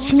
亲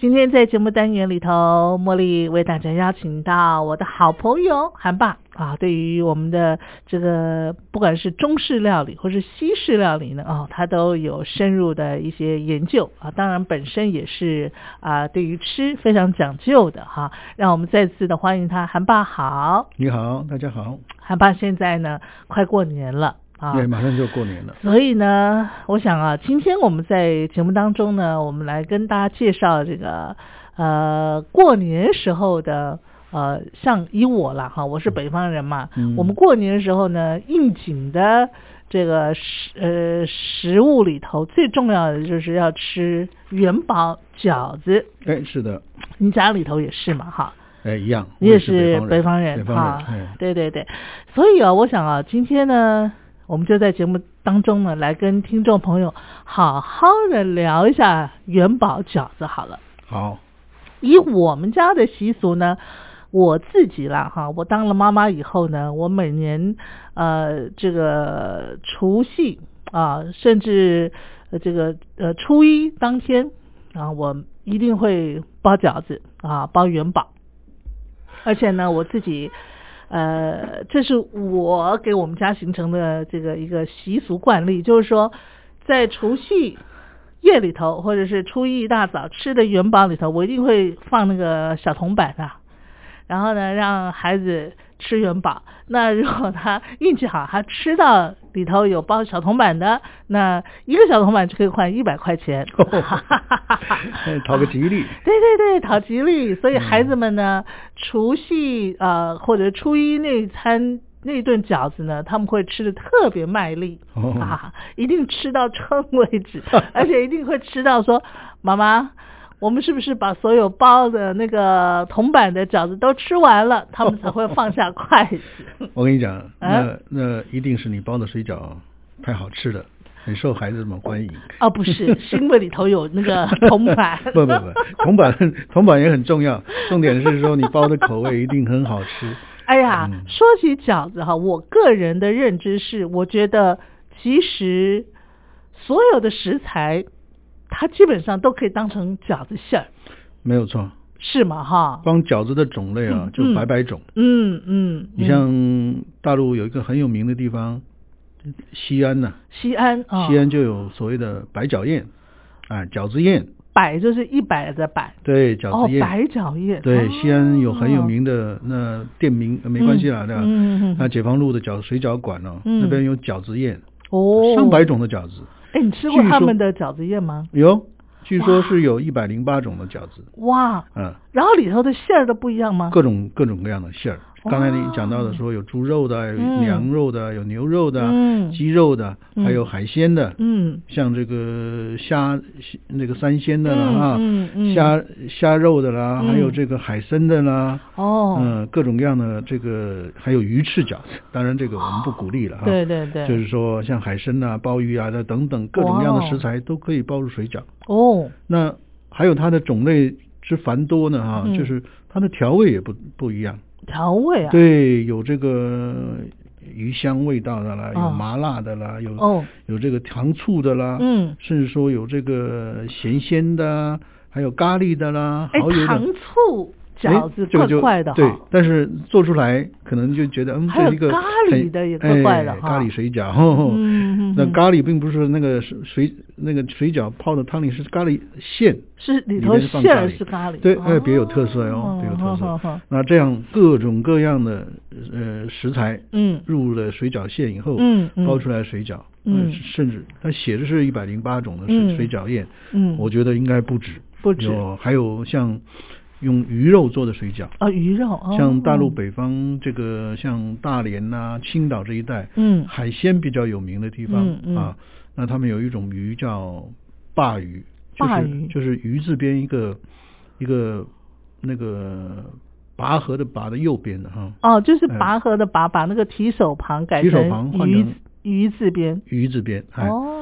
今天在节目单元里头，茉莉为大家邀请到我的好朋友韩爸啊，对于我们的这个不管是中式料理或是西式料理呢，哦，他都有深入的一些研究啊。当然，本身也是啊，对于吃非常讲究的哈、让我们再次的欢迎他，韩爸好。你好，大家好。哎韩爸现在呢，快过年了啊。对，马上就过年了。所以呢，我想啊，今天我们在节目当中呢，我们来跟大家介绍这个呃过年时候的呃，像以我啦哈，我是北方人嘛，嗯我们过年的时候呢，应景的这个食呃食物里头最重要的就是要吃元宝饺子，哎，是的，你家里头也是嘛哈。哎，一样，你我也也是北北方人北哈方人，哎，对对对，所以啊，我想啊，今天呢，我们就在节目当中呢，来跟听众朋友好好的聊一下元宝饺子好了。好，。以我们家的习俗呢，我自己啦哈，我当了妈妈以后呢，我每年呃这个除夕啊，甚至呃这个呃初一当天啊，我一定会包饺子啊，包元宝，而且呢，我自己。呃，这是我给我们家形成的这个一个习俗惯例，就是说，在除夕夜里头，或者是初一一大早吃的元宝里头，我一定会放那个小铜板的、然后呢，让孩子吃元宝。那如果他运气好，他吃到里头有包小铜板的，那一个小铜板就可以换一百块钱哎讨个吉利， 对对对，讨吉利。所以孩子们呢，除夕呃或者初一那一餐那顿饺子呢，他们会吃的特别卖力、哦啊，一定吃到撑为止， 而且一定会吃到说妈妈。我们是不是把所有包的那个铜板的饺子都吃完了，他们才会放下筷 子？我跟你讲，那啊那一定是你包的水饺太好吃了，很受孩子们 欢迎。。哦，不是，是因为里头有那个铜板 不不不，铜板 铜板也很重要，重点是说你包的口味一定很好吃。哎呀嗯，说起饺子哈，我个人的认知是，我觉得其实所有的食材，它基本上都可以当成饺子馅儿，没有错，是吗？哈，光饺子的种类啊嗯，就百百种。嗯嗯，嗯你像大陆有一个很有名的地方，西安呐、西安啊，西安就有所谓的百饺宴，啊，饺子宴，百就是一百的百，对，饺哦子，宴，百饺宴，对，哦西安有很有，名的那店名，呃没关系啦，嗯对吧？嗯嗯嗯那解放路的饺水饺馆呢、嗯那边有饺子宴，哦，上百。种的饺子，哎，你吃过据他说们的饺子宴吗？有，据说是有一百零八种的饺子，哇，啊，然后里头的馅儿都不一样吗？各种各种各样的馅儿。啊哇刚才你讲到的说有猪肉的，有嗯羊肉的，有牛肉的，嗯鸡肉的，嗯还有海鲜的，嗯像这个虾那个三鲜的啦嗯啊，嗯嗯虾虾肉的啦，嗯还有这个海参的啦，哦，嗯，各种各样的这个，还有鱼翅饺子，当然这个我们不鼓励了哈。对对对，就是说像海参啊、鲍鱼啊这等等各种各样的哇哦食材都可以包入水饺。哦，那还有它的种类之繁多呢哈，嗯就是它的调味也不不一样。调味啊，对，有这个鱼香味道的啦，有哦麻辣的啦，有、哦，有这个糖醋的啦，嗯，甚至说有这个咸鲜的啊，还有咖喱的啦，哎蚝油，糖的。醋饺子哎这怪个就怪的哈，对，但是做出来可能就觉得，嗯，还这有是一个咖喱的很也怪怪的哎哈咖喱水饺。呵呵嗯嗯嗯那咖喱并不是那个水水那个水饺泡的汤里是咖喱馅，是里里头面是放馅咖儿喱是咖喱，对，哦哎，别有特色哟，别有特好好色好。那这样各种各样的呃食材嗯入了水饺馅以后，嗯嗯包出来水饺，呃嗯甚至它写的是一百零八种的水嗯水饺宴，嗯，我觉得应该不止，不止有还有像用鱼肉做的水饺，哦鱼肉，哦像大陆，北方这个像大连呐、青岛这一带，嗯海鲜比较有名的地方嗯嗯啊，那他们有一种鱼叫鲅鱼，鲅就是鱼就是鱼字边一个一个那个拔河的拔的右边的哈，哦就是哎拔河的拔，把那个提手旁改提手旁换鱼成鱼字边，鱼字边，哎，哦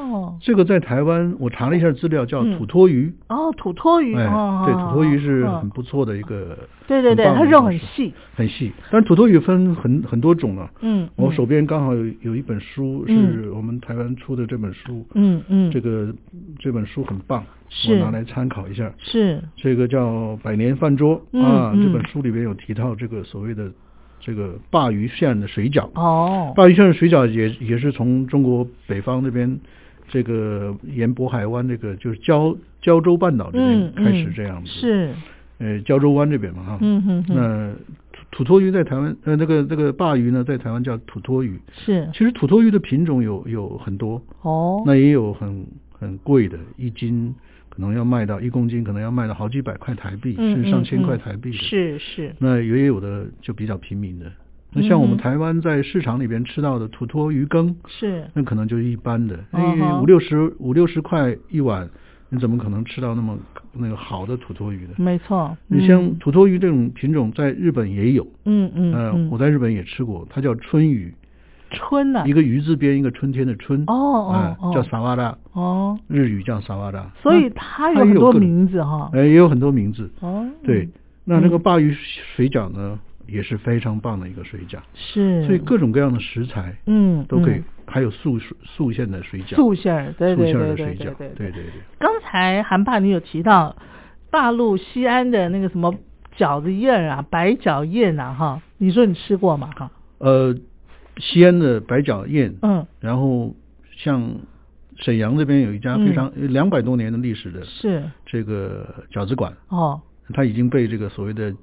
这个在台湾我查了一下资料叫嗯土托鱼，哦土托鱼，哎，哦对，土托鱼是哦很不错的一个，对对对，很棒它的肉一个很食细，很细，但土托鱼分很很多种了、啊嗯，我嗯手边刚好有有一本书，嗯是我们台湾出的这本书，嗯嗯这个这本书很棒，是我拿来参考一下。是这个叫《百年饭桌》嗯啊，嗯这本书里面有提到这个所谓的这个鲅鱼馅的水饺，哦，鲅鱼馅的水饺也也是从中国北方这边这个沿渤海湾这个就是胶胶州半岛这边嗯开始嗯这样子，是，呃，胶州湾这边嘛哈，嗯哼哼，那土土托鱼在台湾，呃，那个那个鲅鱼呢，在台湾叫土托鱼。是其实土托鱼的品种有有很多，哦，那也有很很贵的，一斤可能要卖到一公斤，可能要卖到好几百块台币，嗯甚至上千嗯块嗯台币的。是是，那也有的就比较平民的。那像我嗯们哼台湾在市场里边吃到的土托鱼羹，是那可能就是一般的，嗯那哼五六十五六十块一碗，你怎么可能吃到那么那个好的土托鱼呢？没错。你像嗯土托鱼这种品种，在日本也有，嗯嗯呃嗯，我在日本也吃过，它叫春鱼，春啊呢一？个鱼字边一个春天的春，哦哦啊哦，叫萨瓦拉，哦，日语叫萨瓦拉，所以那它有它也很有多各种名字哈。呃也有很多名字，哦，对嗯，，那那嗯个鲅鱼水饺呢也是非常棒的一个水饺，是。所以各种各样的食材嗯都可以嗯，还有素素馅的水饺，素馅儿，对素对馅对的对水对饺，对对对对。刚才韩爸你有提到大陆西安的那个什么饺子宴啊，白饺宴啊，哈，你说你吃过吗？哈，呃，西安的白饺宴，嗯，然后像沈阳这边有一家非常两百多年的历史的嗯是这个饺子馆，哦，它已经被这个所谓的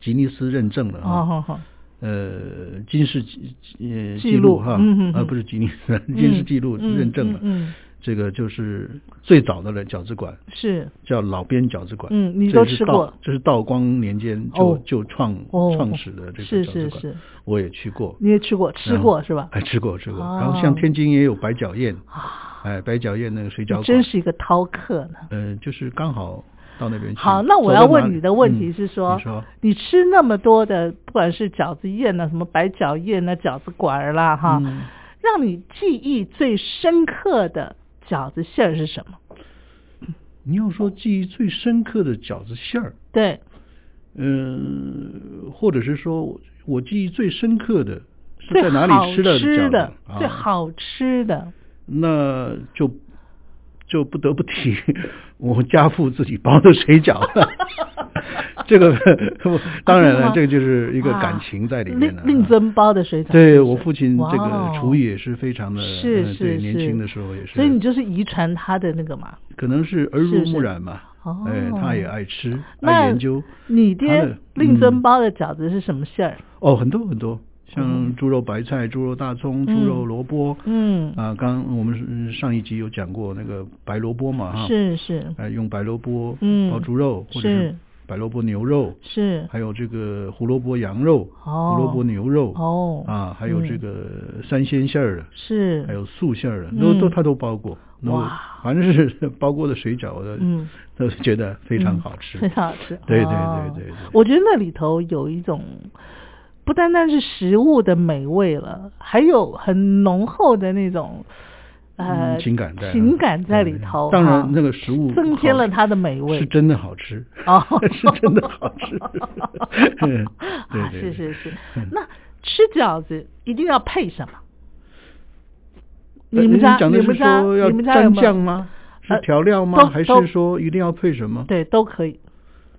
吉尼斯认证了哦啊，哦哦，呃，金氏纪呃记记录录哈，嗯嗯嗯啊不是吉尼斯，嗯 金氏记录嗯认证了，嗯，嗯这个就是最早的饺子馆。是叫老边饺子馆，嗯你这都是吃道过这是道光年间就、哦就创、哦，创始的这个是饺子是馆，是，我也去过，你也去过，吃然后过是吧？哎，吃过吃过。哦然后像天津也有白饺宴，哎，白饺宴那个水饺你真馆，是一个饕客呢。呃，就是刚好到那边去。好，那我走要到哪问里你的问题嗯是说，你说你吃那么多的，不管是饺子宴呐、什么白饺宴呐、饺子馆儿啦，哈，嗯让你记忆最深刻的饺子馅儿是什么？你要说记忆最深刻的饺子馅儿，对，嗯、呃或者是说我我记忆最深刻的是最在哪好里吃到饺吃子的？最啊好吃的，那就就不得不提我家父自己包的水饺了。 这个当真的然了吗，这个就是一个感啊情在里令面了。啊令尊包的水饺。对是不我是父亲这哇个哦厨艺也是非常的，是呃是对，是年轻的时候也是，所以你就是遗传他的那个嘛。可能是耳濡是是目染嘛。哦哎，他也爱吃，那爱研究。你他爹的令尊嗯包的饺子是什么馅儿？哦，很多很多，嗯像猪肉白菜、猪肉大葱、嗯猪肉萝卜。嗯，啊，刚我们是上一集有讲过那个白萝卜嘛，哈，是是哎，用白萝卜嗯包猪肉，或者是是白萝卜牛肉，是还有这个胡萝卜羊肉、哦胡萝卜牛肉、哦啊，还有嗯这个三鲜馅儿的，是，还有素馅儿的，嗯都都他都包过。那我哇反正是包过的水饺，我都嗯， 都觉得非常好 吃。非常好吃。对对哦对对对我觉得那里头有一种不单单是食物的美味了，还有很浓厚的那种呃、嗯情感在啊情感在里对头。当哈然，那个食物增添好了它的美味是真的好吃， 哦是真的好 吃。啊，是对对对嗯是 是。那吃饺子一定要配什么？呃你们家讲的你是们家说要你们家有蘸没有酱吗？呃是调料都吗？还都是说一定要配什么？对都可以。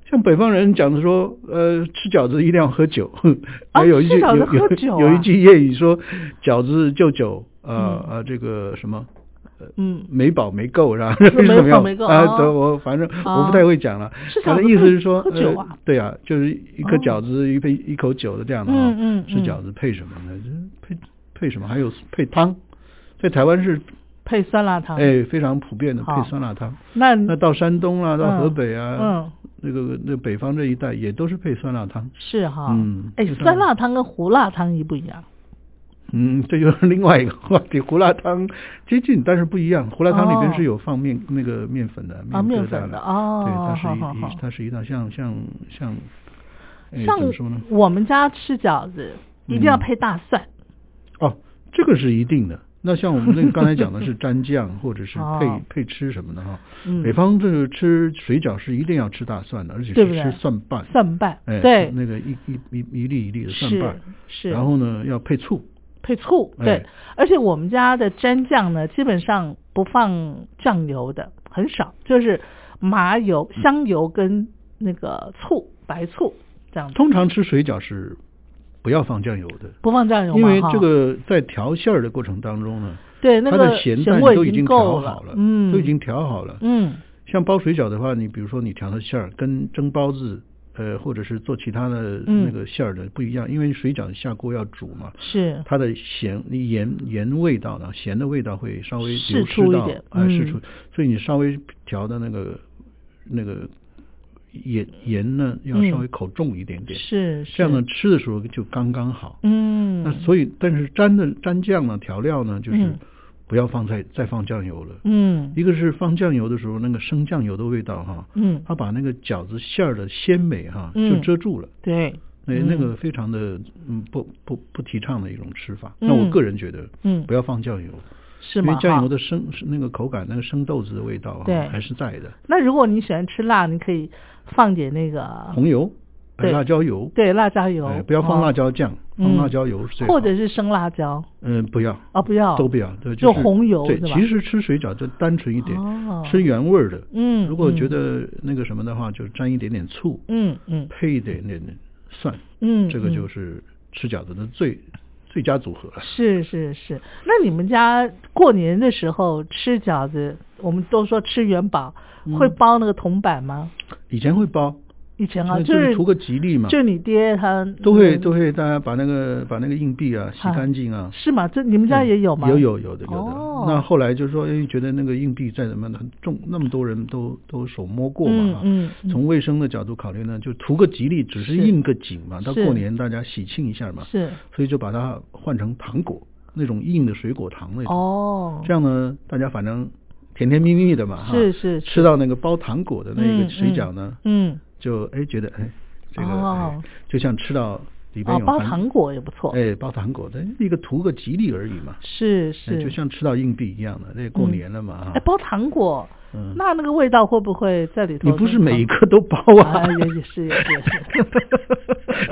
像北方人讲的说，呃，吃饺子一定要喝酒，啊还有一吃句饺有子有喝酒啊有一句谚语说，饺子就酒，呃嗯呃，这个什么。呃嗯没饱没够是吧？是没什么饱样没够啊哦！对，我反正我哦不太会讲了吃。他饺的子意思配是说，喝酒呃啊，对啊，就是一颗哦饺子一杯一口酒的这样的啊。嗯嗯吃饺子配什么呢？就是配配什么？还有配汤，在台湾是配酸辣汤。哎非常普遍的配啊好酸辣汤。那那到山东啊，嗯到河北啊，嗯那个那北方这一带也都是配酸辣汤。是哈，嗯哎，就这样酸辣汤跟胡辣汤一不一样？嗯，这就是 另外一个话题。胡辣汤接近，但是不一样。胡辣汤里边是有放面、那个面粉的，啊面面粉疙瘩的哦对，它是一好好好一它是一道像像像，哎，像怎么说呢？嗯我们家吃饺子一定要配大蒜，哦，这个是一定的。那像我们那个刚才讲的是蘸酱，或者是配、哦配吃什么的哈。嗯北方这个吃水饺是一定要吃大蒜的，而且对不是对吃蒜瓣。蒜瓣，哎，对，那个一一一一粒一粒的蒜是瓣，是，然后呢要配醋，配醋，哎对，而且我们家的蘸酱呢，基本上不放酱油的，很少，就是麻油、嗯香油跟那个醋、白醋这样子，通常吃水饺是不要放酱油的，不放酱油嘛因为哈这个在调馅儿的过程当中呢，对那它个的咸淡咸味都已已经经够调了好了，嗯都已经调好了。嗯像包水饺的话，你比如说你调的馅儿跟蒸包子呃，或者是做其他的嗯那个馅儿的不一样，因为水饺下锅要煮嘛，是它的咸盐盐味道呢，咸的味道会稍微释流出失一到点哎释嗯出，所以你稍微调的那个那个盐盐呢要嗯稍微口重一点点，是是这样呢吃的时候就刚刚好。嗯，那所以但是沾的沾酱呢调料呢就是嗯不要放再再放酱油了，嗯一个是放酱油的时候那个生酱油的味道哈，嗯它把那个饺子馅儿的鲜美哈就嗯遮住了。对那嗯哎那个非常的嗯不不不提倡的一种吃法。嗯那我个人觉得，嗯不要放酱油，是因为吗？酱哈油的生是那个口感，那个生豆子的味道对啊，还是在的。那如果你喜欢吃辣，你可以放点那个红油、呃啊对辣椒油，对辣椒油哎，，不要放哦辣，椒酱，放嗯辣椒油是最好或者是生辣椒嗯不要啊，不要都不要，对，就是红油对，是吧其实吃水饺就单纯一点哦，吃原味儿的。嗯如果嗯觉得那个什么的话，就沾一点点醋，嗯嗯配一点点蒜，嗯，这个嗯就是吃饺子的最最佳组合了。是是是，那你们家过年的时候吃饺子，我们都说吃元宝，会嗯包那个铜板吗？以前会包，以前啊，那就就是是图个吉利嘛就你爹他都会嗯都会大家把那个把那个硬币啊洗啊干净啊。是吗？这你们家嗯也有吗？有有有的有的。哦那后来就说，哎，觉得那个硬币再怎么很重，那么多人都都手摸过嘛、啊嗯嗯嗯从卫生的角度考虑呢，就图个吉利，只是是应个景嘛。到是过年大家喜庆一下嘛，是所以就把它换成糖果，那种硬的水果糖那种。哦，这样呢，大家反正甜甜蜜蜜的嘛，哈是是是吃到那个包糖果的那嗯个水饺呢，嗯，就哎觉得哎，这个、哦哎、就像吃到里嗯边哦，有包含糖果也不错，哎，包糖果的一个图个吉利而已嘛，是哎是，就像吃到硬币一样的。那过年了嘛啊哎，包糖果，嗯那那个味道会不会在里头？你不是每一颗都包啊啊，？也也是也是 也是，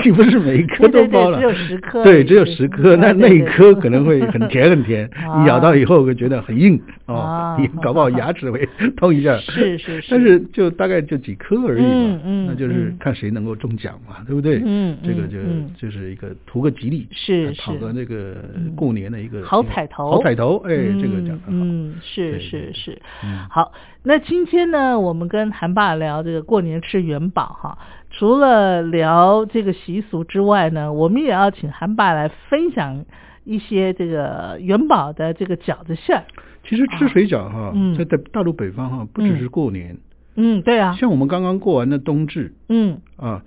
你不是每一颗都包了，对对对只有10颗对，只有而已十颗，那哎那对一对颗可能会很甜很甜， 啊你咬到以后会觉得很硬哦啊，你搞不好牙齿 会痛一下。是是是但是就大概就几颗而已嘛嗯，嗯那就是嗯看谁能够中奖嘛，对不对？嗯这个嗯就嗯就是一个图个吉利，啊是讨是个那个嗯过年的一个好彩头，好彩头，哎，这个嗯讲得好。嗯，是对对是对是嗯，好。那今天呢，我们跟韩爸聊这个过年吃元宝哈，除了聊这个习俗之外呢，我们也要请韩爸来分享一些这个元宝的这个饺子馅儿。其实吃水饺哈，嗯在在大陆北方哈，不只是过年，嗯，对啊，像我们刚刚过完的冬至嗯，啊，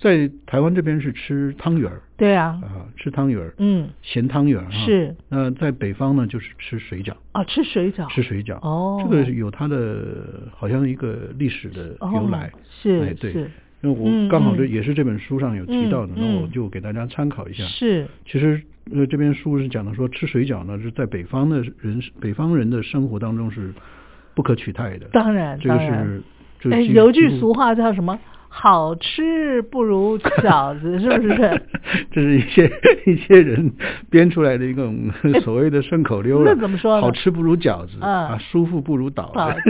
在台湾这边是吃汤圆儿对啊，啊，吃汤圆儿，嗯，咸汤圆儿哈。是。那在北方呢，就是吃水饺，啊，吃水饺，吃水饺。哦这个有它的好像一个历史的由来。哦是哎，对是。因为嗯我刚好这嗯也是这本书上有提到的，嗯那我嗯就给大家参考一下。是，其实呃，这边书是讲的说，吃水饺呢是在北方的人北方人的生活当中是不可取代的。当然，这个当然是，这个哎，几乎有一句俗，话叫什么？好吃不如饺 子，是不是？这是一些一些人编出来的 一种所谓的顺口溜了。啊那怎么说呢好吃不如饺子，嗯啊，舒服不如倒倒了了。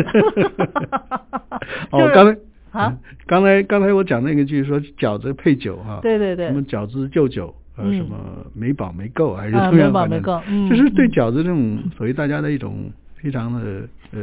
就 哦是，刚才嗯啊，刚才刚才我讲那个句说饺子配酒哈，对对对什么饺子就酒。呃，嗯什么没饱没够还是啊怎么样？没饱反正没够嗯就是对嗯饺子这种所谓大家的一种非常的呃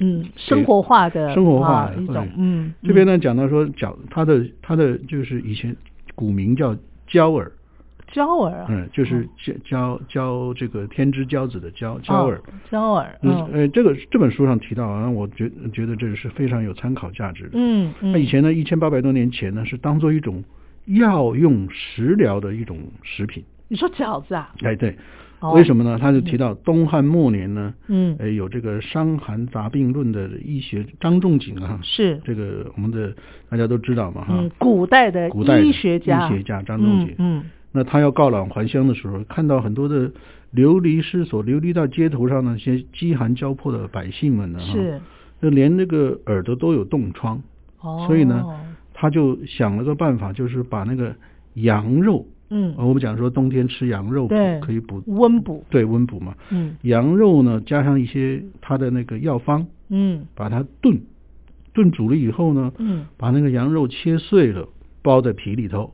嗯，给生活化的生活化啊的一对种，嗯，这边呢讲到说饺，它的它的就是以前古名叫椒耳，嗯椒儿啊，嗯，就是椒椒椒这个天之骄子的椒椒耳哦。椒儿，嗯，嗯呃，这个这本书上提到啊，我觉觉得这是非常有参考价值的。嗯嗯，那以前呢，一千八百多年前呢，是当做一种药用食疗的一种食品。你说饺子啊，哎，对，哦为什么呢？他就提到东汉末年呢，嗯呃，有这个《伤寒杂病论》的医学张仲景啊，是，这个我们的大家都知道嘛哈。嗯，古代的啊古代的医学家，医学家张仲景嗯那他要告老还乡的时候，看到很多的流离失所、流离到街头上的那些饥寒交迫的百姓们呢，嗯哈是，那连那个耳朵都有冻疮，哦，所以呢，他就想了个办法，就是把那个羊肉，嗯呃我们讲说冬天吃羊肉对可以补温补，对温补嘛，嗯羊肉呢加上一些它的那个药方，嗯把它炖，炖煮了以后呢，嗯，把那个羊肉切碎了，包在皮里头，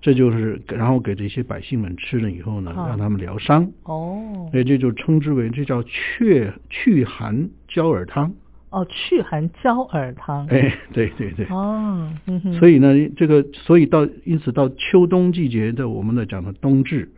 这就是然后给这些百姓们吃了以后呢，啊让他们疗伤，哦哎所以这就称之为这叫却去寒焦耳汤。哦，去寒焦耳汤。哎，对对对，哦，嗯哼，所以以呢，这个所以到因此到秋冬季节的我们的讲的冬至，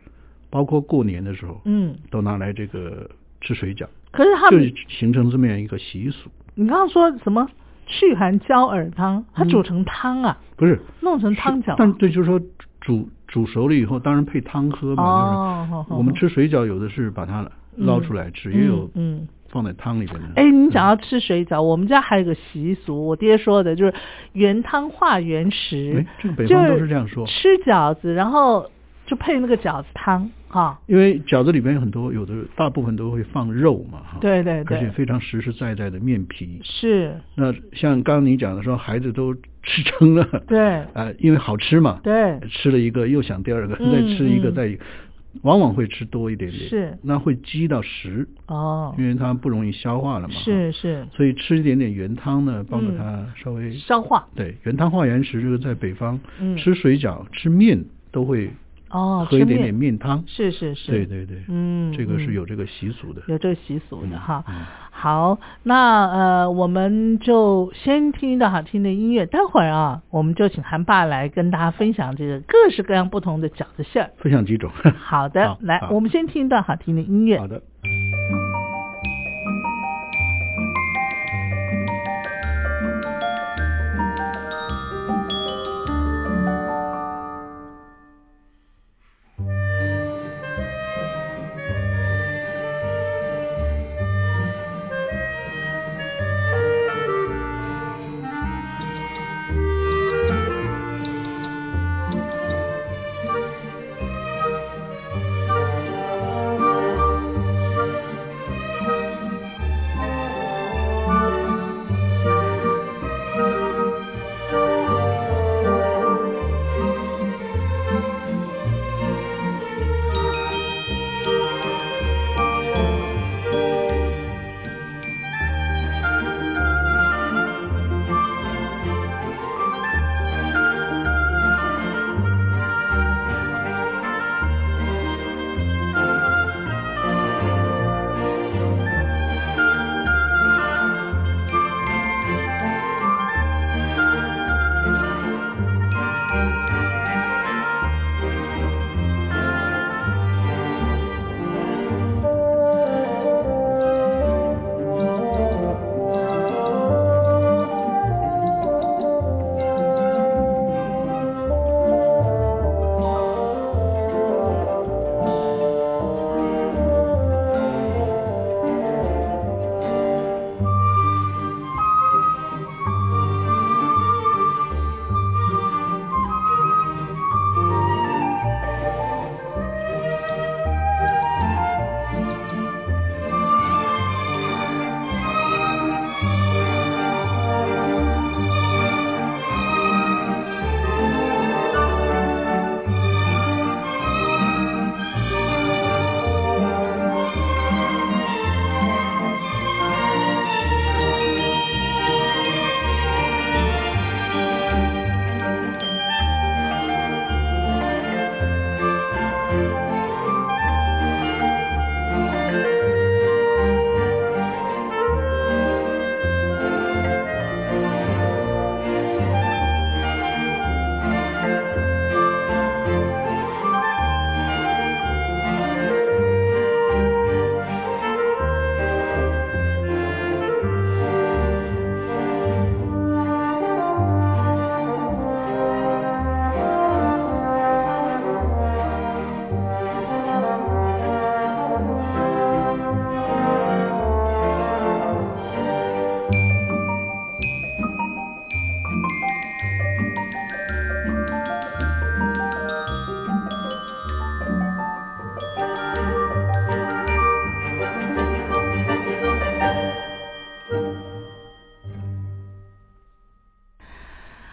包括过年的时候，嗯，都拿来这个吃水饺，可是他就是们，形成这么样一个习俗。你刚刚说什么去寒焦耳汤？它煮成汤啊，不是弄成汤饺啊。但嗯对，就是说煮煮熟了以后，当然配汤喝嘛。哦就好是好我们吃水饺，有的是把它捞出来吃，嗯也有嗯放在汤里边的。嗯哎，你讲到吃水饺，我们家还有个习俗，我爹说的就是原汤化原食哎，这个北就方都是这样说吃饺子，然后就配那个饺子汤啊。因为饺子里边很多，有的大部分都会放肉嘛，哈。对对而且对，非常实实在在的面皮。是，那像刚刚你讲的说，孩子都吃撑了，对 啊、因为好吃嘛，对吃了一个又想第二个，嗯再吃一个，嗯再一个，往往会吃多一点点，是那会积到食，哦，因为它不容易消化了嘛，是是哈，所以吃一点点原汤呢，帮助嗯它稍微、消化对原汤化原食，这个在北方、嗯吃水饺、吃面都会哦，喝一吃点点面汤，是是是，对对对，嗯这个是嗯有这个习俗的，有这个习俗的哈。嗯嗯好，那呃，我们就先听一段好听的音乐，待会儿啊，我们就请韩爸来跟大家分享这个各式各样不同的饺子馅儿。分享几种。好的，好来好，我们先听一段好听的音乐 好。的。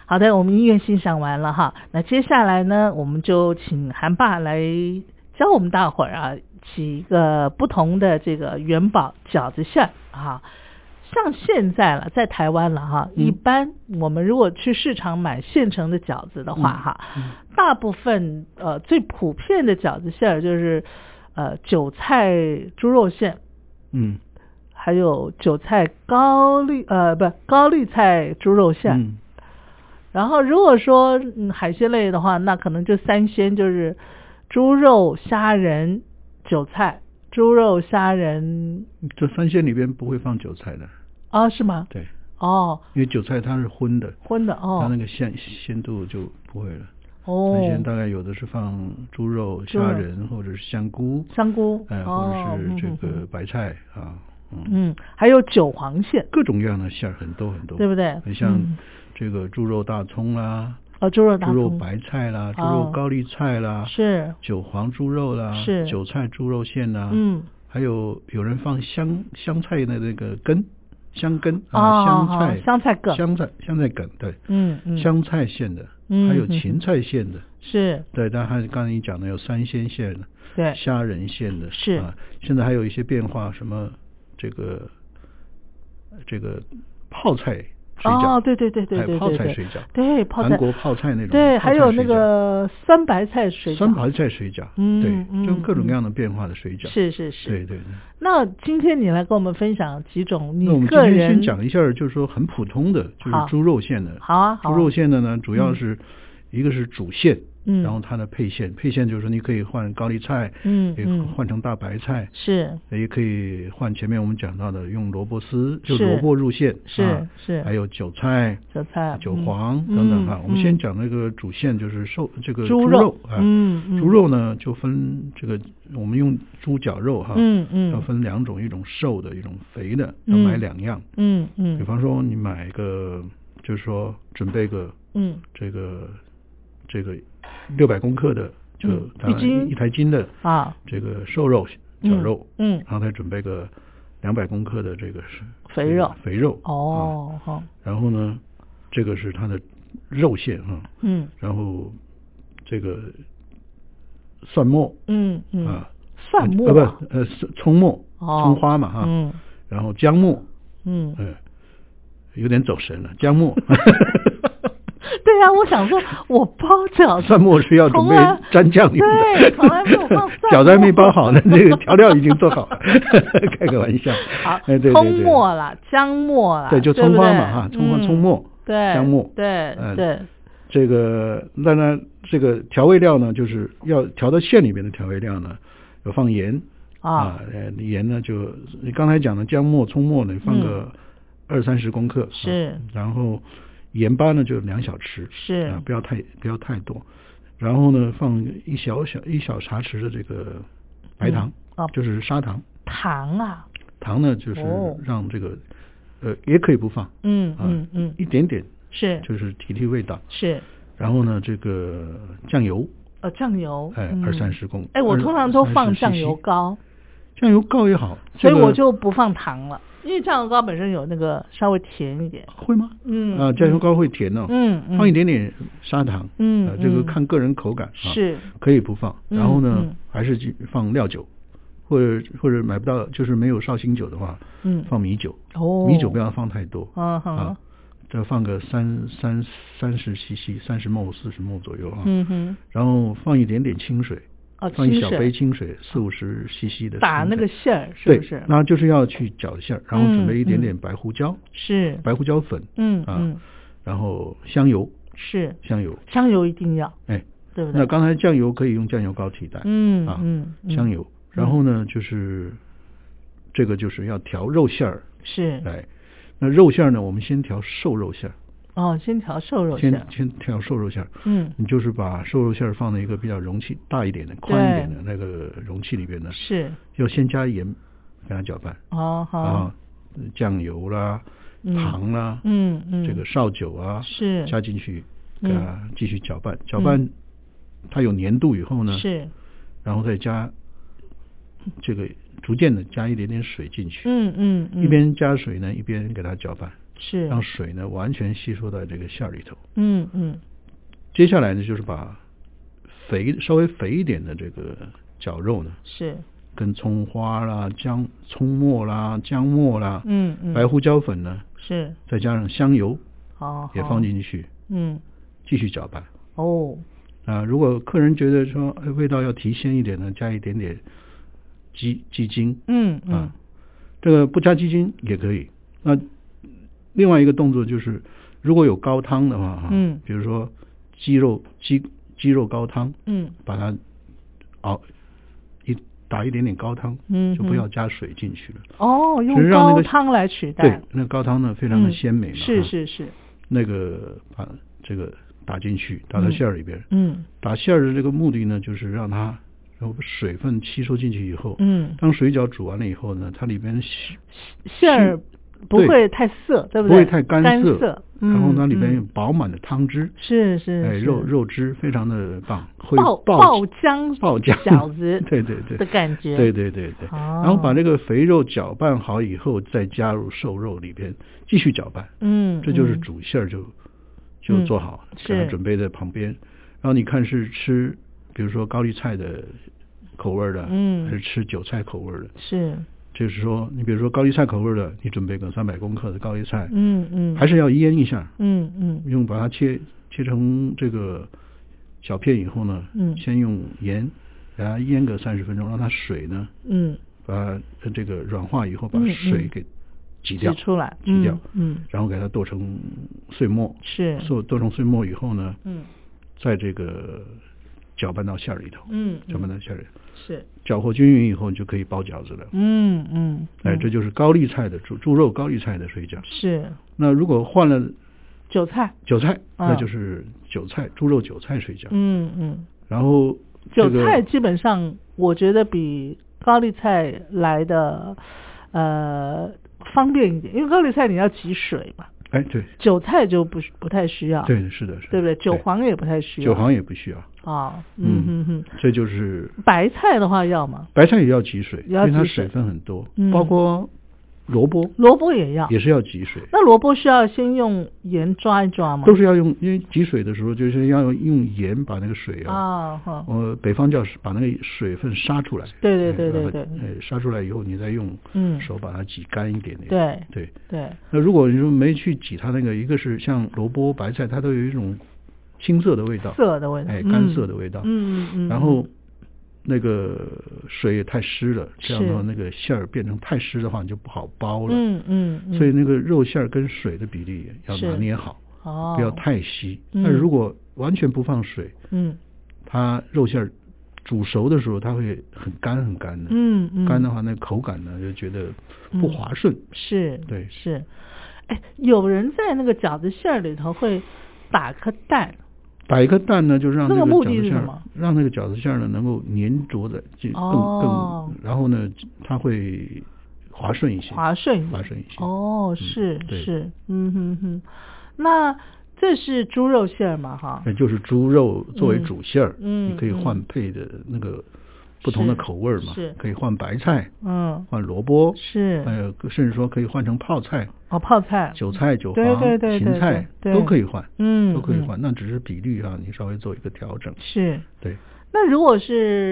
好的，我们音乐欣赏完了哈，那接下来呢，我们就请韩爸来教我们大伙儿啊，几个不同的这个元宝饺子馅儿啊。像现在了，在台湾了哈，嗯一般我们如果去市场买现成的饺子的话哈，嗯大部分呃最普遍的饺子馅儿就是呃韭菜猪肉馅，嗯，还有韭菜高丽呃不高丽菜猪肉馅。嗯然后如果说、嗯、海鲜类的话，那可能就三鲜就是猪肉、虾仁、韭菜。猪肉、虾仁这三鲜里边不会放韭菜的，啊是吗？对，哦，因为韭菜它是荤的，荤的它哦那个鲜鲜度就不会了。哦三，鲜大概有的是放猪肉、猪肉虾仁或者是香菇，香菇哎，或哦者是这嗯嗯个嗯白菜啊，嗯，嗯，还有韭黄馅，各种各样的馅儿很多很多，对不对？很像嗯这个猪肉大葱啦、哦，猪肉大猪肉葱白啊菜啦、猪哦肉高丽菜啦、是，韭黄猪肉啦、是韭菜猪肉馅啦，嗯，还有有人放香香菜的那个根，香根哦啊，香哦菜香菜梗香菜香菜梗，对，嗯嗯，香菜馅的，嗯还有嗯嗯芹菜馅的，是，对，但还是刚才你讲的有三鲜馅的，对，虾仁馅的，是啊，现在还有一些变化，什么这个这个泡菜水饺，哦，对对对对还有对泡对菜对水饺对泡菜韩国泡菜那种对，泡还菜有水那个酸白菜水饺，酸白菜水饺，嗯嗯对，就各种嗯各样的变化的水饺，是是是，对对对。那今天你来跟我们分享几种那我你们今个天人先讲一下，就是说很普通的，就是好猪肉馅的。好啊好猪啊肉馅的呢，主要是一个是主馅，嗯然后它的配馅，配馅就是说你可以换高丽菜，嗯也嗯换成大白菜，是也可以换前面我们讲到的用萝卜丝，就是萝卜入馅，是啊是还有韭菜。韭菜、韭嗯黄等等嗯哈，我们嗯先讲那个主馅，就是瘦这个猪肉肉啊，嗯嗯猪肉呢就分这个我们用猪绞肉哈，嗯嗯要分两种，一种瘦的，一种肥的，要嗯买两样，嗯比嗯方说你买个，就是说准备个嗯这个这个六百公克的，就嗯大概一斤一台斤的啊这个瘦肉绞嗯肉，嗯然后再准备个两百公克的这个是肥这个肉肥肉，哦好啊然后呢，这个是它的肉馅哈，嗯然后这个蒜末嗯嗯啊，蒜末呃不呃是葱末，哦葱花嘛哈，嗯然后姜末，嗯嗯，有点走神了，姜末。 对啊呀我想说我包饺子蒜末是要 准备蘸酱用的，对从来没有放蒜末 饺子还没包好呢，这个调料已经做好了， 开个玩笑。好哎，对对啊葱对，末啦姜末啦对，就葱不花对嘛哈，葱花、嗯葱末、对姜末，对嗯对这个那那这个调味料呢，就是要调到馅里面的调味料呢，有放盐啊呃，盐呢就你刚才讲的姜末、葱末呢，放个二三十公克，啊嗯是然后盐巴呢就两小匙，是啊，不要太不要太多。然后呢，放一小小一小茶匙的这个白糖，嗯哦就是砂糖。糖啊糖呢，就是哦让这个、呃也可以不放，嗯啊嗯嗯一点点是就是提提味道。是然后呢，这个酱油，呃酱油哎嗯二三十公哎我二通常都三十放酱 CC 油膏酱油膏也好，所以这个我就不放糖了，因为酱油膏本身有那个稍微甜一点。会吗？嗯啊，酱油膏会甜哦，嗯嗯放一点点砂糖，嗯啊这个嗯看个人口感啊，是可以不放。嗯然后呢，嗯还是去放料酒，或者或者买不到，就是没有绍兴酒的话，嗯放米酒，哦米酒不要放太多，嗯哼啊，再放个三三三十 CC，三十 ml 四十 ml 左右啊，嗯哼，然后放一点点清水，哦，放一小清水杯清水，四五十 CC 的打清那水个馅儿是不对是？那就是要去搅馅儿，然后准备一点嗯嗯点白胡椒，是白胡椒粉，嗯啊嗯然后香油，是香油，香油一定要哎，对不对？那刚才酱油可以用酱油膏替代，嗯啊嗯嗯香油，然后呢就是这个就是要调肉馅儿是来，那肉馅儿呢，我们先调瘦肉馅儿，哦，先调瘦肉馅先儿，先调瘦肉馅儿，嗯你就是把瘦肉馅儿放在一个比较容器大一点的、宽一点的那个容器里边呢，是要先加盐给它搅拌，哦好啊，酱油啦、嗯糖啦，嗯嗯这个绍酒啊，是加进去，嗯给它继续搅拌，搅拌它有粘度以后呢，是然后再加这个逐渐的加一点点水进去，嗯嗯嗯一边加水呢，一边给它搅拌，是让水呢完全吸收到这个馅儿里头。嗯嗯接下来呢，就是把肥稍微肥一点的这个绞肉呢，是跟葱花啦、姜、葱末啦、姜末啦、嗯嗯啊白胡椒粉呢，是再加上香油好也哦好放进去，嗯继续搅拌。哦啊，如果客人觉得说哎味道要提鲜一点呢，加一点点鸡鸡精嗯嗯啊，这个不加鸡精也可以。那另外一个动作就是，如果有高汤的话啊，嗯比如说鸡肉鸡鸡肉高汤，嗯把它熬一打一点点高汤，嗯就哼不要加水进去了。哦，只是用让那高个汤来取代，对，那高汤呢非常的嗯鲜美嘛，是啊，是是，那个把这个打进去，打到嗯馅儿里边。嗯打馅儿的这个目的呢，就是让它然后水分吸收进去以后，嗯，当水饺煮完了以后呢，它里边吸馅儿不对会太涩，对不对？会太干涩，嗯然后它里边有嗯饱满的汤汁，是是，哎，是肉肉汁非常的棒，会爆爆浆 爆浆饺子 对对对的感觉，对对对对，然后把哦这个肥肉搅拌好以后，再加入瘦肉里边继续搅拌，嗯，这就是嗯煮馅儿就就嗯做好，是给它准备在旁边。然后你看是吃，比如说高丽菜的口味儿的，嗯还是吃韭菜口味儿的？是，就是说，你比如说高丽菜口味儿的，你准备个三百公克的高丽菜，嗯嗯，还是要腌一下，嗯嗯用把它切切成这个小片以后呢，嗯先用盐给它腌个三十分钟，让它水呢嗯，把呃这个软化以后，把嗯嗯水给挤挤掉，出来，挤掉，嗯，嗯然后给它剁成碎末，是，做剁成碎末以后呢，嗯在这个搅拌到馅儿里头，嗯，搅拌嗯到馅儿里头，是，搅和均匀以后，你就可以包饺子了。嗯嗯，哎，嗯这就是高丽菜的猪猪肉高丽菜的水饺。是那如果换了韭菜，韭菜，嗯那就是韭菜猪肉韭菜水饺。嗯嗯，然后这韭个菜基本上我觉得比高丽菜来的呃方便一点，因为高丽菜你要挤水嘛，哎，对韭菜就不是不太需要，对是的，是的啊对不对？韭黄也不太需要，韭黄也不需要，啊，嗯嗯嗯嗯，这就是白菜的话要吗？白菜也要挤水，也因要为它挤水水分很多嗯，包括萝卜萝卜也要，也是要挤水，那萝卜需要先用盐抓一抓吗？都是要用，因为挤水的时候就是要用盐把那个水啊，啊，哈，呃，北方叫把那个水分杀出来，对对哎对对把它对哎，杀出来以后你再用嗯手把它挤干一点点，对对。对，那如果你说没去挤它那个，一个是像萝卜、白菜，它都有一种青涩的味道，涩的味道，哎，嗯干涩的味道，嗯嗯嗯，然后那个水也太湿了，这样的话是那个馅儿变成太湿的话，你就不好包了。嗯嗯，嗯所以那个肉馅儿跟水的比例要是拿捏好，哦，不要太稀。嗯但如果完全不放水，嗯它肉馅儿煮熟的时候，它会很干很干的。嗯嗯，干的话，那口感呢就觉得不滑顺。是，对是，哎，有人在那个饺子馅儿里头会打颗蛋，打一颗蛋呢，就让那那个个目饺的是子馅什儿么，让那个饺子馅儿呢能够粘着在这更哦更，然后呢它会滑顺一些，滑顺一滑点。顺一些。哦，嗯是对是，嗯哼哼，那这是猪肉馅儿嘛，哈，那哎就是猪肉作为嗯主馅儿，嗯你可以换配的那个不同的是口味儿嘛是，可以换白菜，嗯，换萝卜，是，呃，甚至说可以换成泡菜、哦，泡菜，韭菜、韭对黄、对对对芹菜对都可以换，嗯，都可以嗯换，那只是比率啊，你稍微做一个调整。是，对，那如果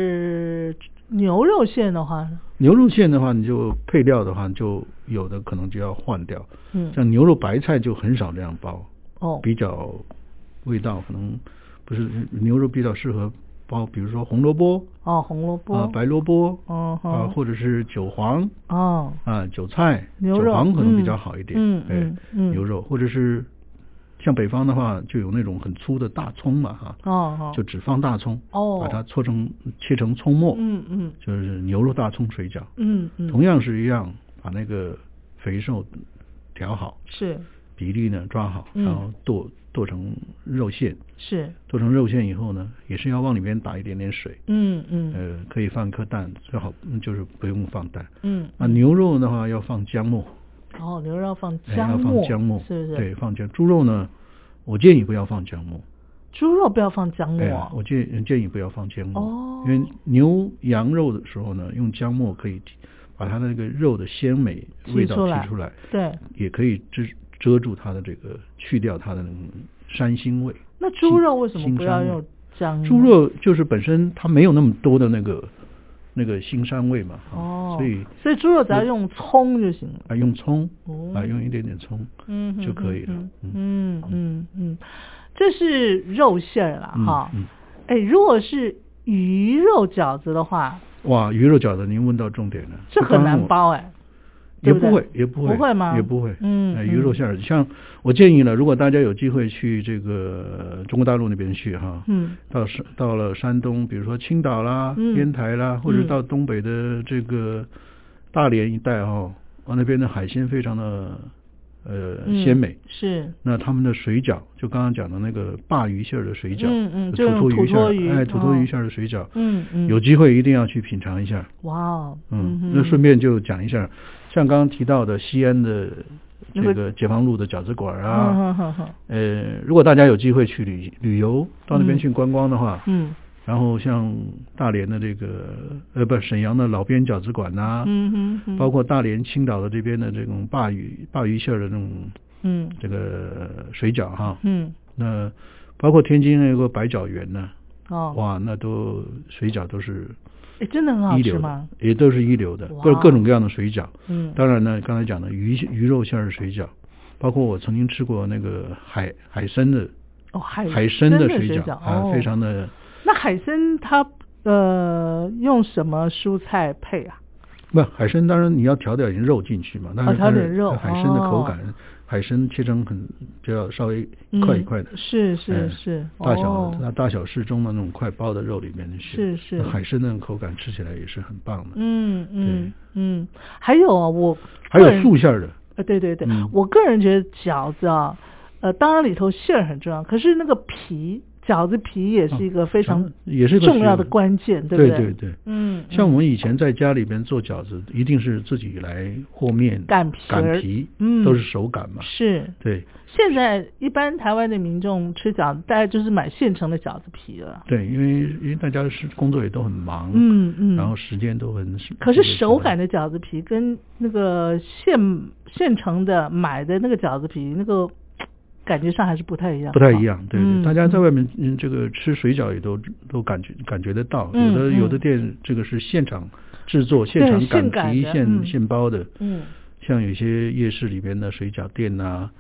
是牛肉馅的话呢，牛肉馅的话，你就配料的话，就有的可能就要换掉，嗯，像牛肉白菜就很少这样包，哦，比较味道可能不是牛肉比较适合包，比如说红萝卜哦，红萝卜，啊、白萝卜哦啊，或者是韭黄哦，啊、韭菜、牛肉韭黄可能比嗯较好一点。嗯哎嗯嗯牛肉或者是像北方的话，就有那种很粗的大葱嘛哈，哦哦，就只放大葱，哦把它搓成切成葱末，嗯嗯就是牛肉大葱水饺。嗯嗯，哦同样是一样，把那个肥瘦调好，是比例呢抓好，嗯然后剁剁成肉馅。是，剁成肉馅以后呢，也是要往里面打一点点水，嗯嗯呃，可以放颗蛋，最好嗯就是不用放蛋。嗯，啊，牛肉的话要放姜末，哦，牛肉放哎姜要放末，姜末，是不是？对，，放姜。猪肉呢，我建议不要放姜末。猪肉不要放姜末哎呀，我啊，建建议不要放姜末，哦因为牛羊肉的时候呢，用姜末可以提把它那个肉的鲜美提味道出提来出来，对。也可以遮遮住它的这个，去掉它的那种膻腥味。那猪肉为什么腥不要膻味用姜呢？猪肉就是本身它没有那么多的那个那个腥膻味嘛，啊哦，所以所以猪肉只要用葱就行了。啊用葱哦啊用一点点葱，嗯就可以了嗯嗯嗯嗯嗯，这是肉馅儿了嗯哈。嗯哎，如果是鱼肉饺子的话，哇，鱼肉饺子您问到重点了，这就刚很刚难我。包哎。对也不对不会，也不会，不会吗也不会，嗯哎嗯鱼肉馅儿，像我建议呢，如果大家有机会去这个中国大陆那边去哈，嗯到山到了山东，比如说青岛啦、嗯烟台啦，或者嗯到东北的这个大连一带哦，啊那边的海鲜非常的呃嗯鲜美。是，那他们的水饺，就刚刚讲的那个鲅鱼馅儿的水饺，嗯嗯土就用托土鱼馅托儿，鱼哎，土托哦鱼馅儿的水饺，嗯嗯，有机会一定要去品尝一下。哇哦，嗯哼，那顺便就讲一下，像刚刚提到的西安的那这个个解放路的饺子馆啊，嗯哼哼哼呃，如果大家有机会去旅旅游到那边嗯去观光的话，嗯然后像大连的这个呃不沈阳的老边饺子馆呐、嗯哼哼，啊包括大连、青岛的这边的这种鲅鱼鲅鱼馅儿的那种嗯这个水饺哈，嗯那包括天津那个百饺园呢，哦，哇，那都水饺都是哎，真的很好一吃流吗的？，也都是一流的，哇哦各各种各样的水饺。嗯，当然呢，刚才讲的鱼鱼肉馅儿的水饺，包括我曾经吃过那个海海参的哦，海海参参的水水饺，啊，哦，非常的。那海参它呃用什么蔬菜配啊？不，海参当然你要调点肉进去嘛，但是、哦调但是点肉海参的口哦感，海参切成很比较稍微嗯块一块的，是是哎是，大小哦那、大小适中的那种块包的肉里面去，是是那海参那种口感吃起来也是很棒的。嗯嗯嗯，还有啊，我还个有人素馅儿的，呃，对对对，嗯我个人觉得饺子啊，呃，当然里头馅儿很重要，可是那个皮，饺子皮也是一个非常嗯也是个重学要的问关键，对不对对对嗯，像嗯我们以前在家里边做饺子，一定是自己来和面、擀皮儿擀皮，嗯都是手擀嘛。是对现在一般台湾的民众吃饺子，大概就是买现成的饺子皮了。对，因为因为大家是工作也都很忙，嗯嗯然后时间都很少。可是这个手擀的饺子皮跟那个现现成的买的那个饺子皮，那个感觉上还是不太一样。不太一。样，对嗯对，大家在外面嗯这个吃水饺也都都感觉感觉得到，嗯有的有的嗯店这个是现场制作、现对场现擀擀皮、的嗯现现包的，嗯，像有些夜市里边的水饺店呐、啊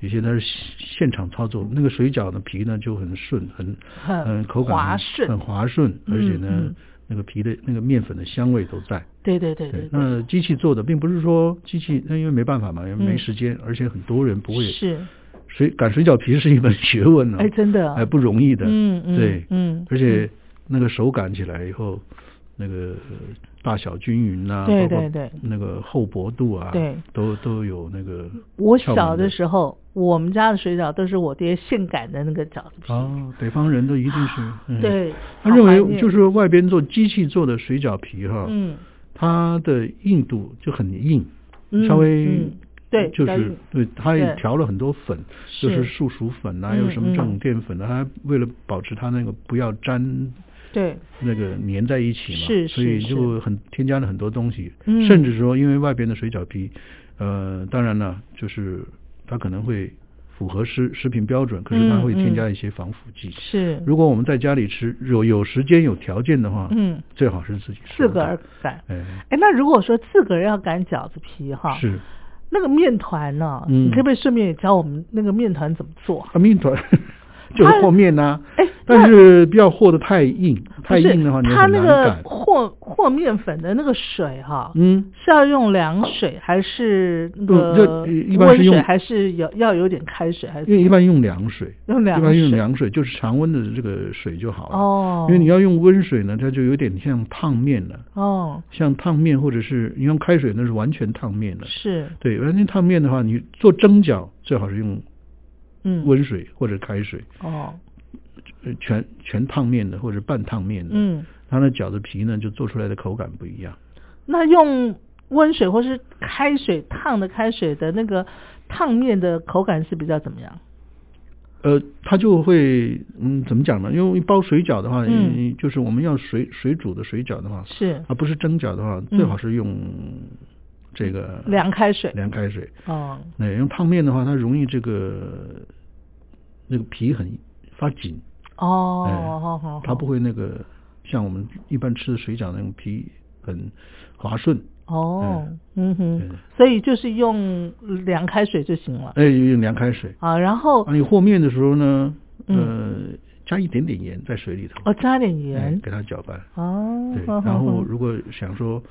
有些它是现场操作，那个水饺的皮呢就很顺，很很嗯口感滑很顺很滑顺，嗯而且呢、嗯那个皮的那个面粉的香味都在。对对对对对，那机器做的并不是说机器，那因为没办法嘛，也没时间，而且很多人不会是，水擀水饺皮是一门学问呢、哎，真的，哎不容易的，嗯嗯对，嗯而且那个手擀起来以后，那个大小均匀呐、对包括对对那个厚薄度啊，对都都有那个我窍门小的的时候，我们家的水饺都是我爹现擀的那个饺子皮。哦，北方人都一定是、嗯、啊对，他好认怀为念就是外边做机器做的水饺皮哈，嗯，它的硬度就很硬，嗯稍微、嗯对就比较是硬对，它也对调了很多粉，就是是树薯粉啊，嗯有什么这种嗯淀粉啊，它为了保持它那个不要粘对，那个粘在一起嘛，是所以是就很添加了很多东西，嗯甚至说因为外边的水饺皮，呃，当然了，就是它可能会符合食食品标准，可是它嗯会添嗯加一些防腐剂。是，如果我们在家里吃，有有时间有条件的话，嗯，最好是自己自手个儿擀，擀。哎，哎，那如果说自个儿要擀饺子皮哈，是那个面团呢、嗯你可不可以顺便也教我们那个面团怎么做啊？啊，面团 就是和面呐、哎但是不要和的太硬，太不是硬的话你它很那难个擀。和和面粉的那个水哈、嗯，是要用凉水还是那个嗯这一般是温水用还是有要有点开水还因为是一般用凉水，用凉一般用水凉水就是常温的这个水就好了。哦因为你要用温水呢，它就有点像烫面了，哦像烫面或者是你用开水那是完全烫面了。是对，完全烫面的话，你做蒸饺最好是用嗯温水或者开水，哦呃全全烫面的或者半烫面的。嗯，它那饺子皮呢，就做出来的口感不一样。那用温水或是开水烫的开水的那个烫面的口感是比较怎么样？呃，它就会嗯，怎么讲呢？因为包水饺的话，嗯嗯，就是我们要水水煮的水饺的话，是啊，不是蒸饺的话，最好是用这个嗯凉开水凉开水。哦那用烫面的话，它容易这个那个皮很发紧，哎哦哦哦，它不会那个像我们一般吃的水饺那种皮很滑顺。哦嗯哼对，所以就是用凉开水就行了哎，用凉开水。啊，然后啊，你和面的时候呢，呃嗯，加一点点盐在水里头，哦加点哎盐给它搅拌。哦对，，哼然哼后哼如果想说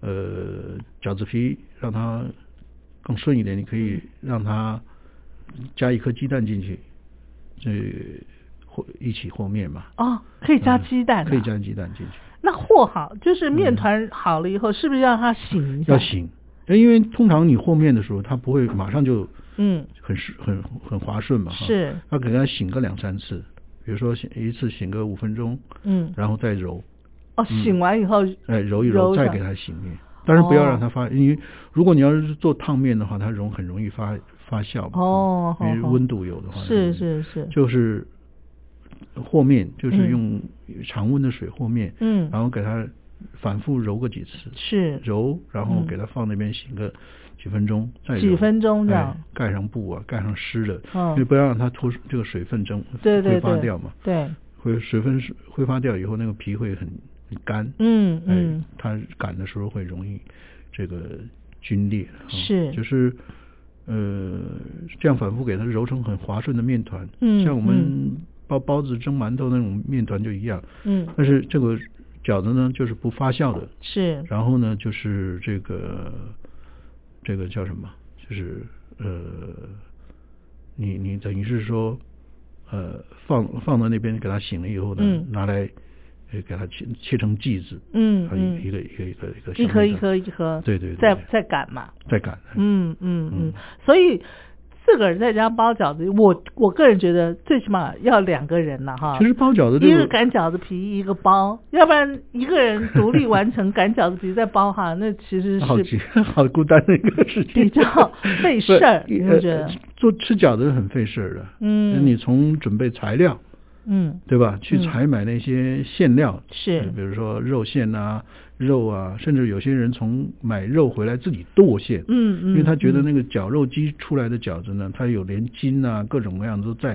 呃饺子皮让它更顺一点，你可以嗯让它加一颗鸡蛋进去，这和一起和面嘛。哦，可以加鸡蛋、啊嗯可以。加鸡蛋进去，那和好就是面团好了以后，是不是要让它醒一下？嗯要。醒。因为通常你和面的时候，它不会马上就嗯，很顺很很滑顺嘛，哈是，它给它醒个两三次，比如说醒一次醒个五分钟，嗯然后再揉，哦，醒完以后，哎，揉一揉揉，一下再给它醒面。但是不要哦让它发，因为如果你要是做烫面的话，它容很容易发发酵嘛。嗯哦因为好好温度有的话是是是，就是和面，就是嗯用常温的水和面，嗯然后给它反复揉个几次，是揉，然后嗯给它放那边醒个几分钟，再揉几分钟这样哎盖上布啊，盖上湿的，嗯因为不要让它脱这个水分蒸对对挥发对，掉嘛，对，会水分是挥发掉以后，那个皮会很很干，嗯哎嗯，它擀的时候会容易这个皲裂，啊是就是呃这样反复给它揉成很滑顺的面团，嗯像我们嗯包包子、蒸馒头那种面团就一样，嗯但是这个饺子呢就是不发酵的，是然后呢就是这个这个叫什么，就是呃你你等于是说呃放放到那边给它醒了以后呢，嗯拿来。呃给它切切成剂子，嗯啊嗯一一个一个一个一个一小颗那一个颗一颗，对对对再对再擀嘛，再擀， 嗯嗯嗯嗯，所以。自个儿在家包饺子，我我个人觉得最起码要两个人了哈。其实包饺子这一个个擀饺子皮，一个包，要不然一个人独立完成擀饺子皮再包哈，那其实好是奇 好孤单的一个事情，比较费事儿， 对你呃会觉得？做吃饺子是很费事儿的，嗯那你从准备材料嗯，对吧？去嗯采买那些馅料，是呃比如说肉馅啊、肉啊，甚至有些人从买肉回来自己剁馅，嗯嗯因为他觉得那个绞肉机出来的饺子呢，它有连筋啊各种各样都在，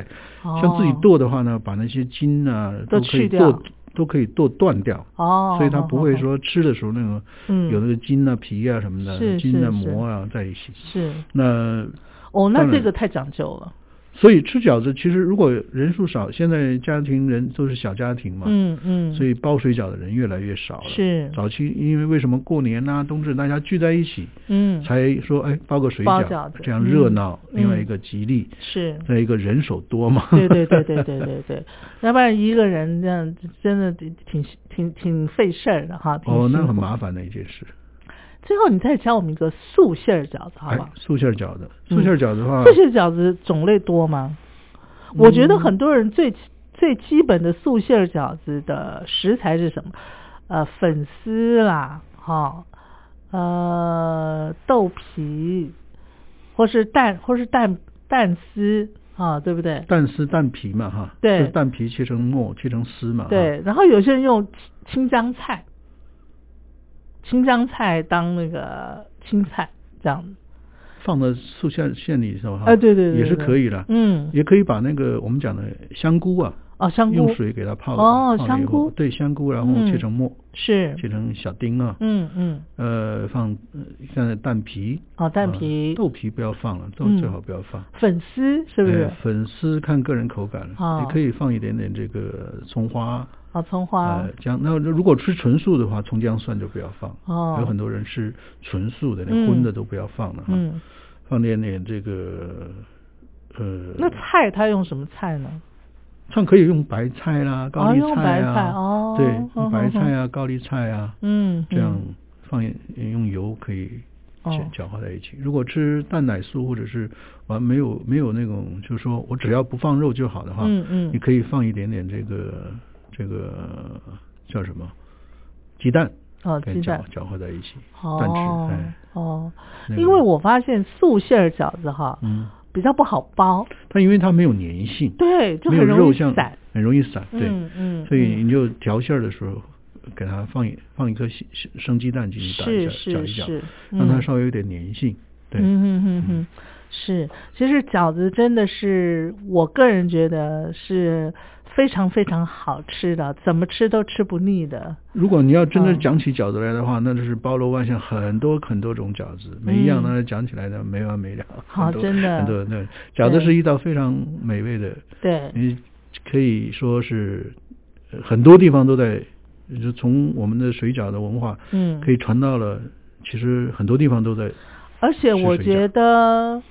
像自己哦剁的话呢，把那些筋啊都可去以掉剁都可以剁断掉，哦，所以它好不好会好说吃的时候那种嗯有那个筋啊、皮啊什么是的，筋是啊、膜啊在一起。是那哦，那当这然个太讲究了，所以吃饺子其实如果人数少，现在家庭人都是小家庭嘛，嗯嗯，所以包水饺的人越来越少了。是早期因为为什么过年呐、冬至大家聚在一起，嗯才说哎包个水包饺，饺子这样热嗯闹。另外嗯一个吉利，是。再一个人手多嘛。对对对 对对对 对，要不然一个人这样真的挺挺挺挺费事儿的哈。挺哦，那辛很苦麻烦的一件事。最后你再教我们一个素馅儿饺子，好哎啊不好？，素馅儿饺子，嗯素馅儿饺子的话，素馅儿饺子种类多吗？嗯我觉得很多人最最基本的素馅儿饺子的食材是什么？呃，粉丝啦，哈、呃，豆皮，或是蛋，或是蛋蛋丝啊，对不对？蛋丝蛋皮嘛哈，对就是蛋皮切成末，切成丝嘛。哈对，然后有些人用青青江菜，青江菜当那个青菜这样子。放到素馅馅里头哈，哎对对对对啊也是可以的，嗯也可以把那个我们讲的香菇啊，哦，香菇用水给它泡哦泡了以后香菇对香菇，然后嗯切成末，是，切成小丁啊，嗯嗯，呃，放呃像蛋皮，哦，蛋啊皮、豆皮不要放了，豆嗯最好不要放，粉丝是不是呃？粉丝看个人口感哦了，也可以放一点点这个葱花。哦，葱花呃，，姜。那如果吃纯素的话，葱姜蒜就不要放。哦有很多人吃纯素的，嗯连荤的都不要放了哈。嗯，放点点这个呃，那菜它用什么菜呢？像可以用白菜啦、高丽哦用白菜菜啊，哦对，哦用白哦菜啊、高丽菜啊，嗯，这样嗯放一用油可以。哦搅搅和在一起。如果吃蛋奶素或者是完没有没有那种，就是说我只要不放肉就好的话，嗯嗯你可以放一点点这个这个叫什么鸡蛋，哦跟鸡蛋搅搅和在一起，蛋哦汁，哎，哦，那个因为我发现素馅儿饺子哈，嗯，比较不好包，它因为它没有粘性，对，就没很有容肉易像散。，很容易散，对，嗯嗯所以嗯你就调馅儿的时候。给它放一放一颗生生鸡蛋进去打一下，是搅是一搅是，让它嗯稍微有点粘性。对，嗯哼哼哼，是，其实饺子真的是我个人觉得是非常非常好吃的，怎么吃都吃不腻的。如果你要真的嗯讲起饺子来的话，那就是包罗万象，很多很多种饺子，每一样呢讲起来呢没完没了。嗯好很多真的很多对，饺子对是一道非常美味的，对，你可以说是呃很多地方都在，就从我们的水饺的文化，嗯可以传到了其实很多地方都在而且是我谁觉讲得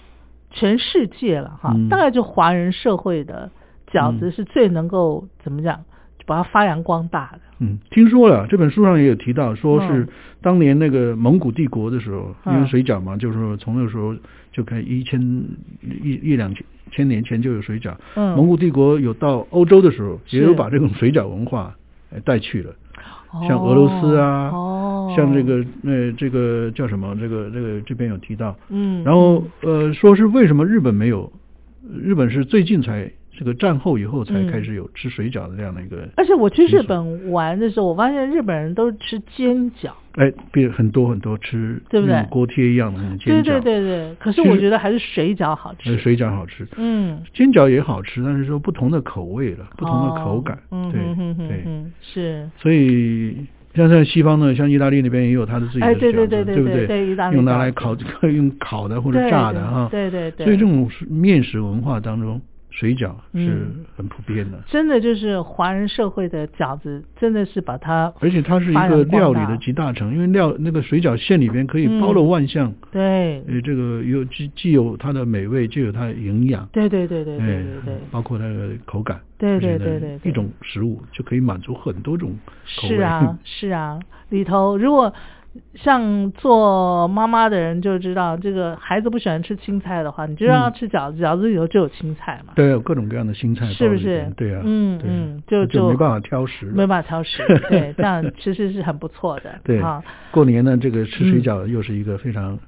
全世界了哈，嗯大概就华人社会的饺子嗯是最能够、怎么讲，就把它发扬光大的。嗯，听说了这本书上也有提到，说是嗯当年那个蒙古帝国的时候，嗯因为水饺嘛，就是说从那个时候就开一千一一两千千年前就有水饺。嗯，蒙古帝国有到欧洲的时候，也有是把这种水饺文化呃带去了，像俄罗斯啊哦，像这个呃这个叫什么？这个这个这边有提到，嗯，然后呃说是为什么日本没有？日本是最近才这个战后以后才嗯开始有吃水饺的这样的一个，而且我去习日俗本玩的时候，我发现日本人都是吃煎饺，哎，比很多很多吃对不对那种锅贴一样的那种对煎饺，对对对。可是其我实觉得还是水饺好吃呃，。水饺好吃，嗯，煎饺也好吃，但是说不同的口味了，不同的口哦感，嗯对、哼哼哼对，哼是。所以像在西方呢，像意大利那边也有它的自己的饺哎子，对对对对不对对意大利用拿饺来子烤， 用烤的或者对炸的对哈，对对对所以这种是面食文化当中，水饺是嗯很普遍的，真的就是华人社会的饺子，真的是把它而且它是一发个扬光料理大的集大成，因为料那个水饺馅里边可以包罗嗯万象，对呃，这个有既既有它的美味，就有它的营养。对对对对对哎对对，包括它的口感，对对而且呢对对对一种食物就可以满足很多种口味。是啊是啊，里头如果像做妈妈的人就知道，这个孩子不喜欢吃青菜的话，你就让他嗯吃饺子，饺子里头就有青菜嘛， 对，有各种各样的新菜是包不里边是？对啊，嗯对啊嗯，就就没办法挑食了。没办法挑食，对，这样其实是很不错的， 对啊，，过年呢，这个吃嗯水饺又是一个非常，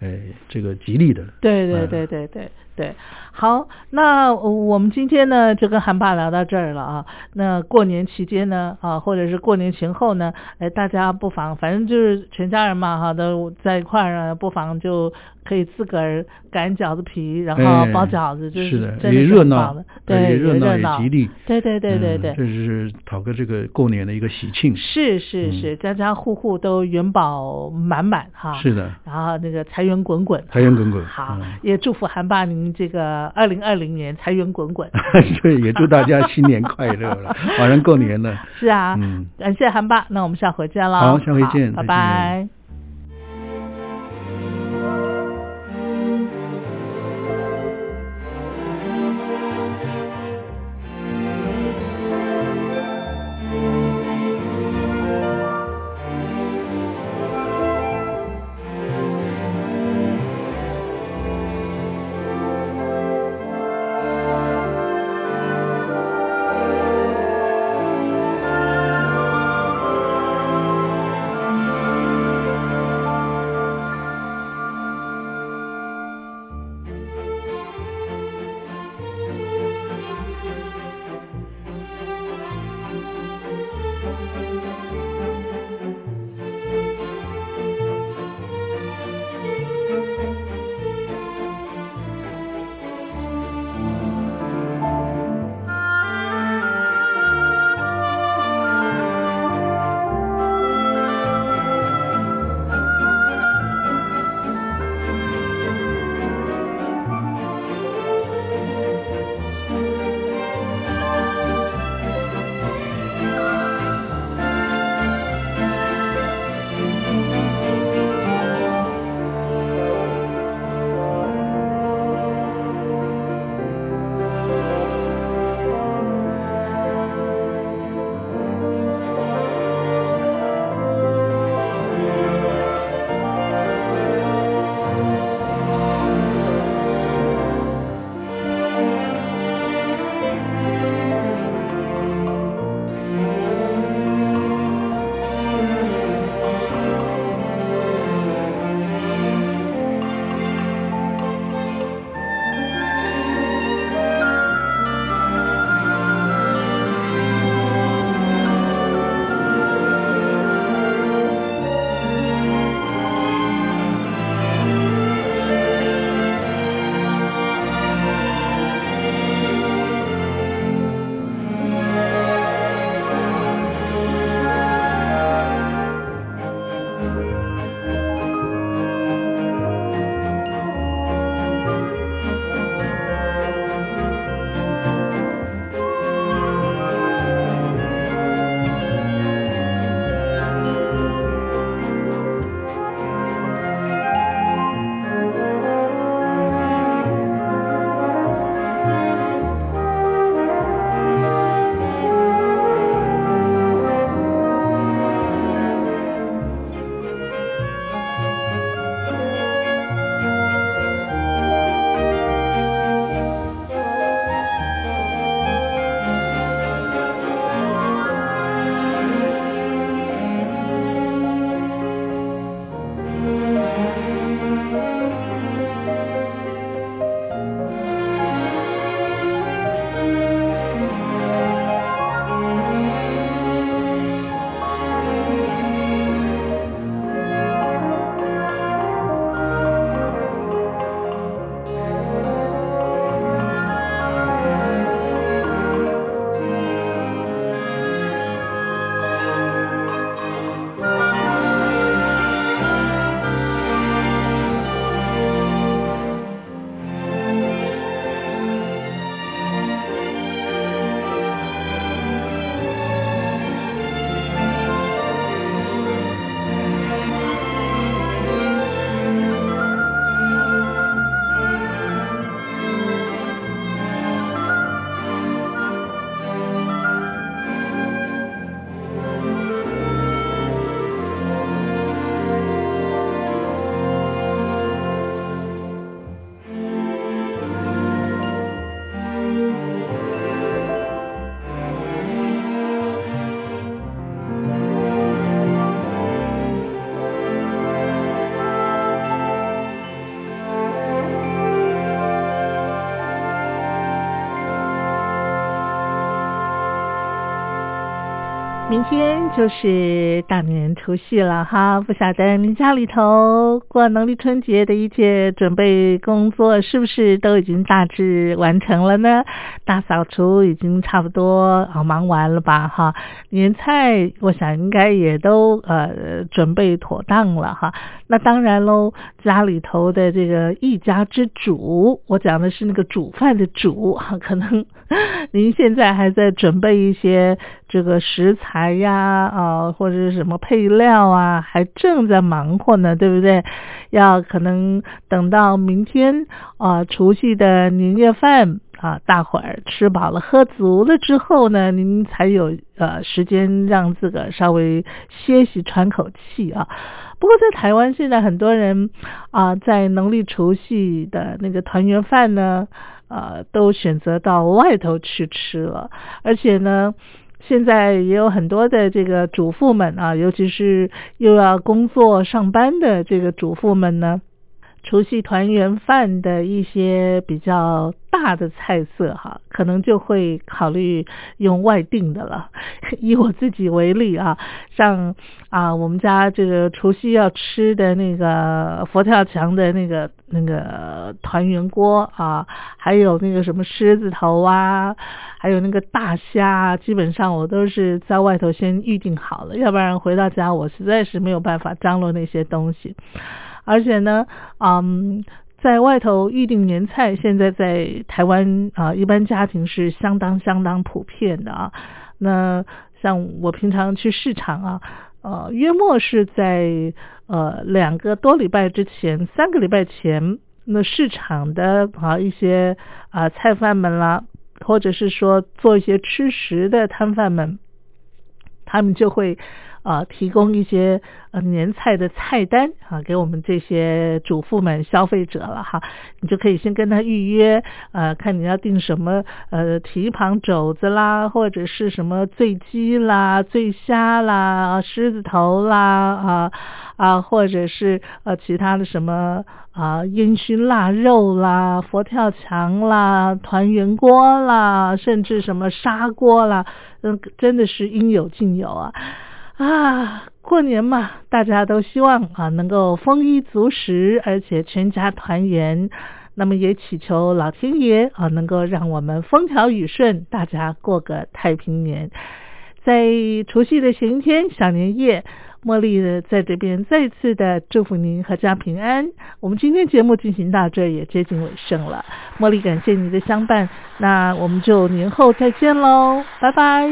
哎，这个吉利的。对对对对对对，好，那呃我们今天呢就跟韩爸聊到这儿了啊。那过年期间呢啊，或者是过年前后呢，哎，大家不妨反正就是全家人嘛哈，都在一块儿呢，不妨就可以自个儿擀饺子皮，然后哎包饺子，嗯就是的，真也的热很闹棒的，哎对，也热闹闹也吉利。对对对对嗯对。这是讨个这个过年的一个喜庆。是是嗯是，家家户户都元宝满满哈。是的然后那个财源滚滚。财源滚滚好嗯，也祝福韩爸您这个二零二零年财源滚 滚。对，也祝大家新年快乐了，马上过年了。是啊，嗯感谢韩爸，那我们下回见喽。好下回拜见再见拜。明天就是大年除夕了哈，不晓得您家里头过农历春节的一切准备工作是不是都已经大致完成了呢？大扫除已经差不多啊忙完了吧哈，年菜我想应该也都呃准备妥当了哈。那当然喽，家里头的这个一家之主，我讲的是那个煮饭的煮哈， 可能您现在还在准备一些这个食材呀啊、或者是什么配料啊，还正在忙活呢，对不对？要可能等到明天啊、除夕的年夜饭。啊，大伙儿吃饱了喝足了之后呢，您才有呃时间让自个儿稍微歇息喘口气啊。不过在台湾现在很多人啊、在农历除夕的那个团圆饭呢，呃，都选择到外头去吃了，而且呢。现在也有很多的这个主妇们啊，尤其是又要工作上班的这个主妇们呢，除夕团圆饭的一些比较大的菜色哈，可能就会考虑用外订的了。 以我自己为例啊，像啊我们家这个除夕要吃的那个佛跳墙的那个那个团圆锅啊，还有那个什么狮子头啊，还有那个大虾啊，基本上我都是在外头先预定好了，要不然回到家我实在是没有办法张罗那些东西。而且呢，嗯，在外头预定年菜，现在在台湾啊、一般家庭是相当相当普遍的啊。那像我平常去市场啊，呃，约莫是在呃两个多礼拜之前，三个礼拜前，那市场的啊一些啊、菜贩们啦，或者是说做一些吃食的摊贩们，他们就会呃提供一些呃年菜的菜单啊，给我们这些主妇们、消费者了哈。你就可以先跟他预约，呃，看你要订什么呃蹄膀肘子啦，或者是什么醉鸡啦、醉虾啦、狮子头啦啊啊，或者是呃其他的什么啊烟熏腊肉啦、佛跳墙啦、团圆锅啦，甚至什么砂锅啦，嗯，真的是应有尽有啊。啊，过年嘛，大家都希望啊能够丰衣足食，而且全家团圆。那么也祈求老天爷啊能够让我们风调雨顺，大家过个太平年。在除夕的前一天，小年夜，茉莉呢在这边再次的祝福您阖家平安。我们今天节目进行到这儿也接近尾声了，茉莉感谢您的相伴，那我们就年后再见喽，拜拜。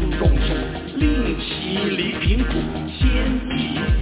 令其离贫苦，迁移。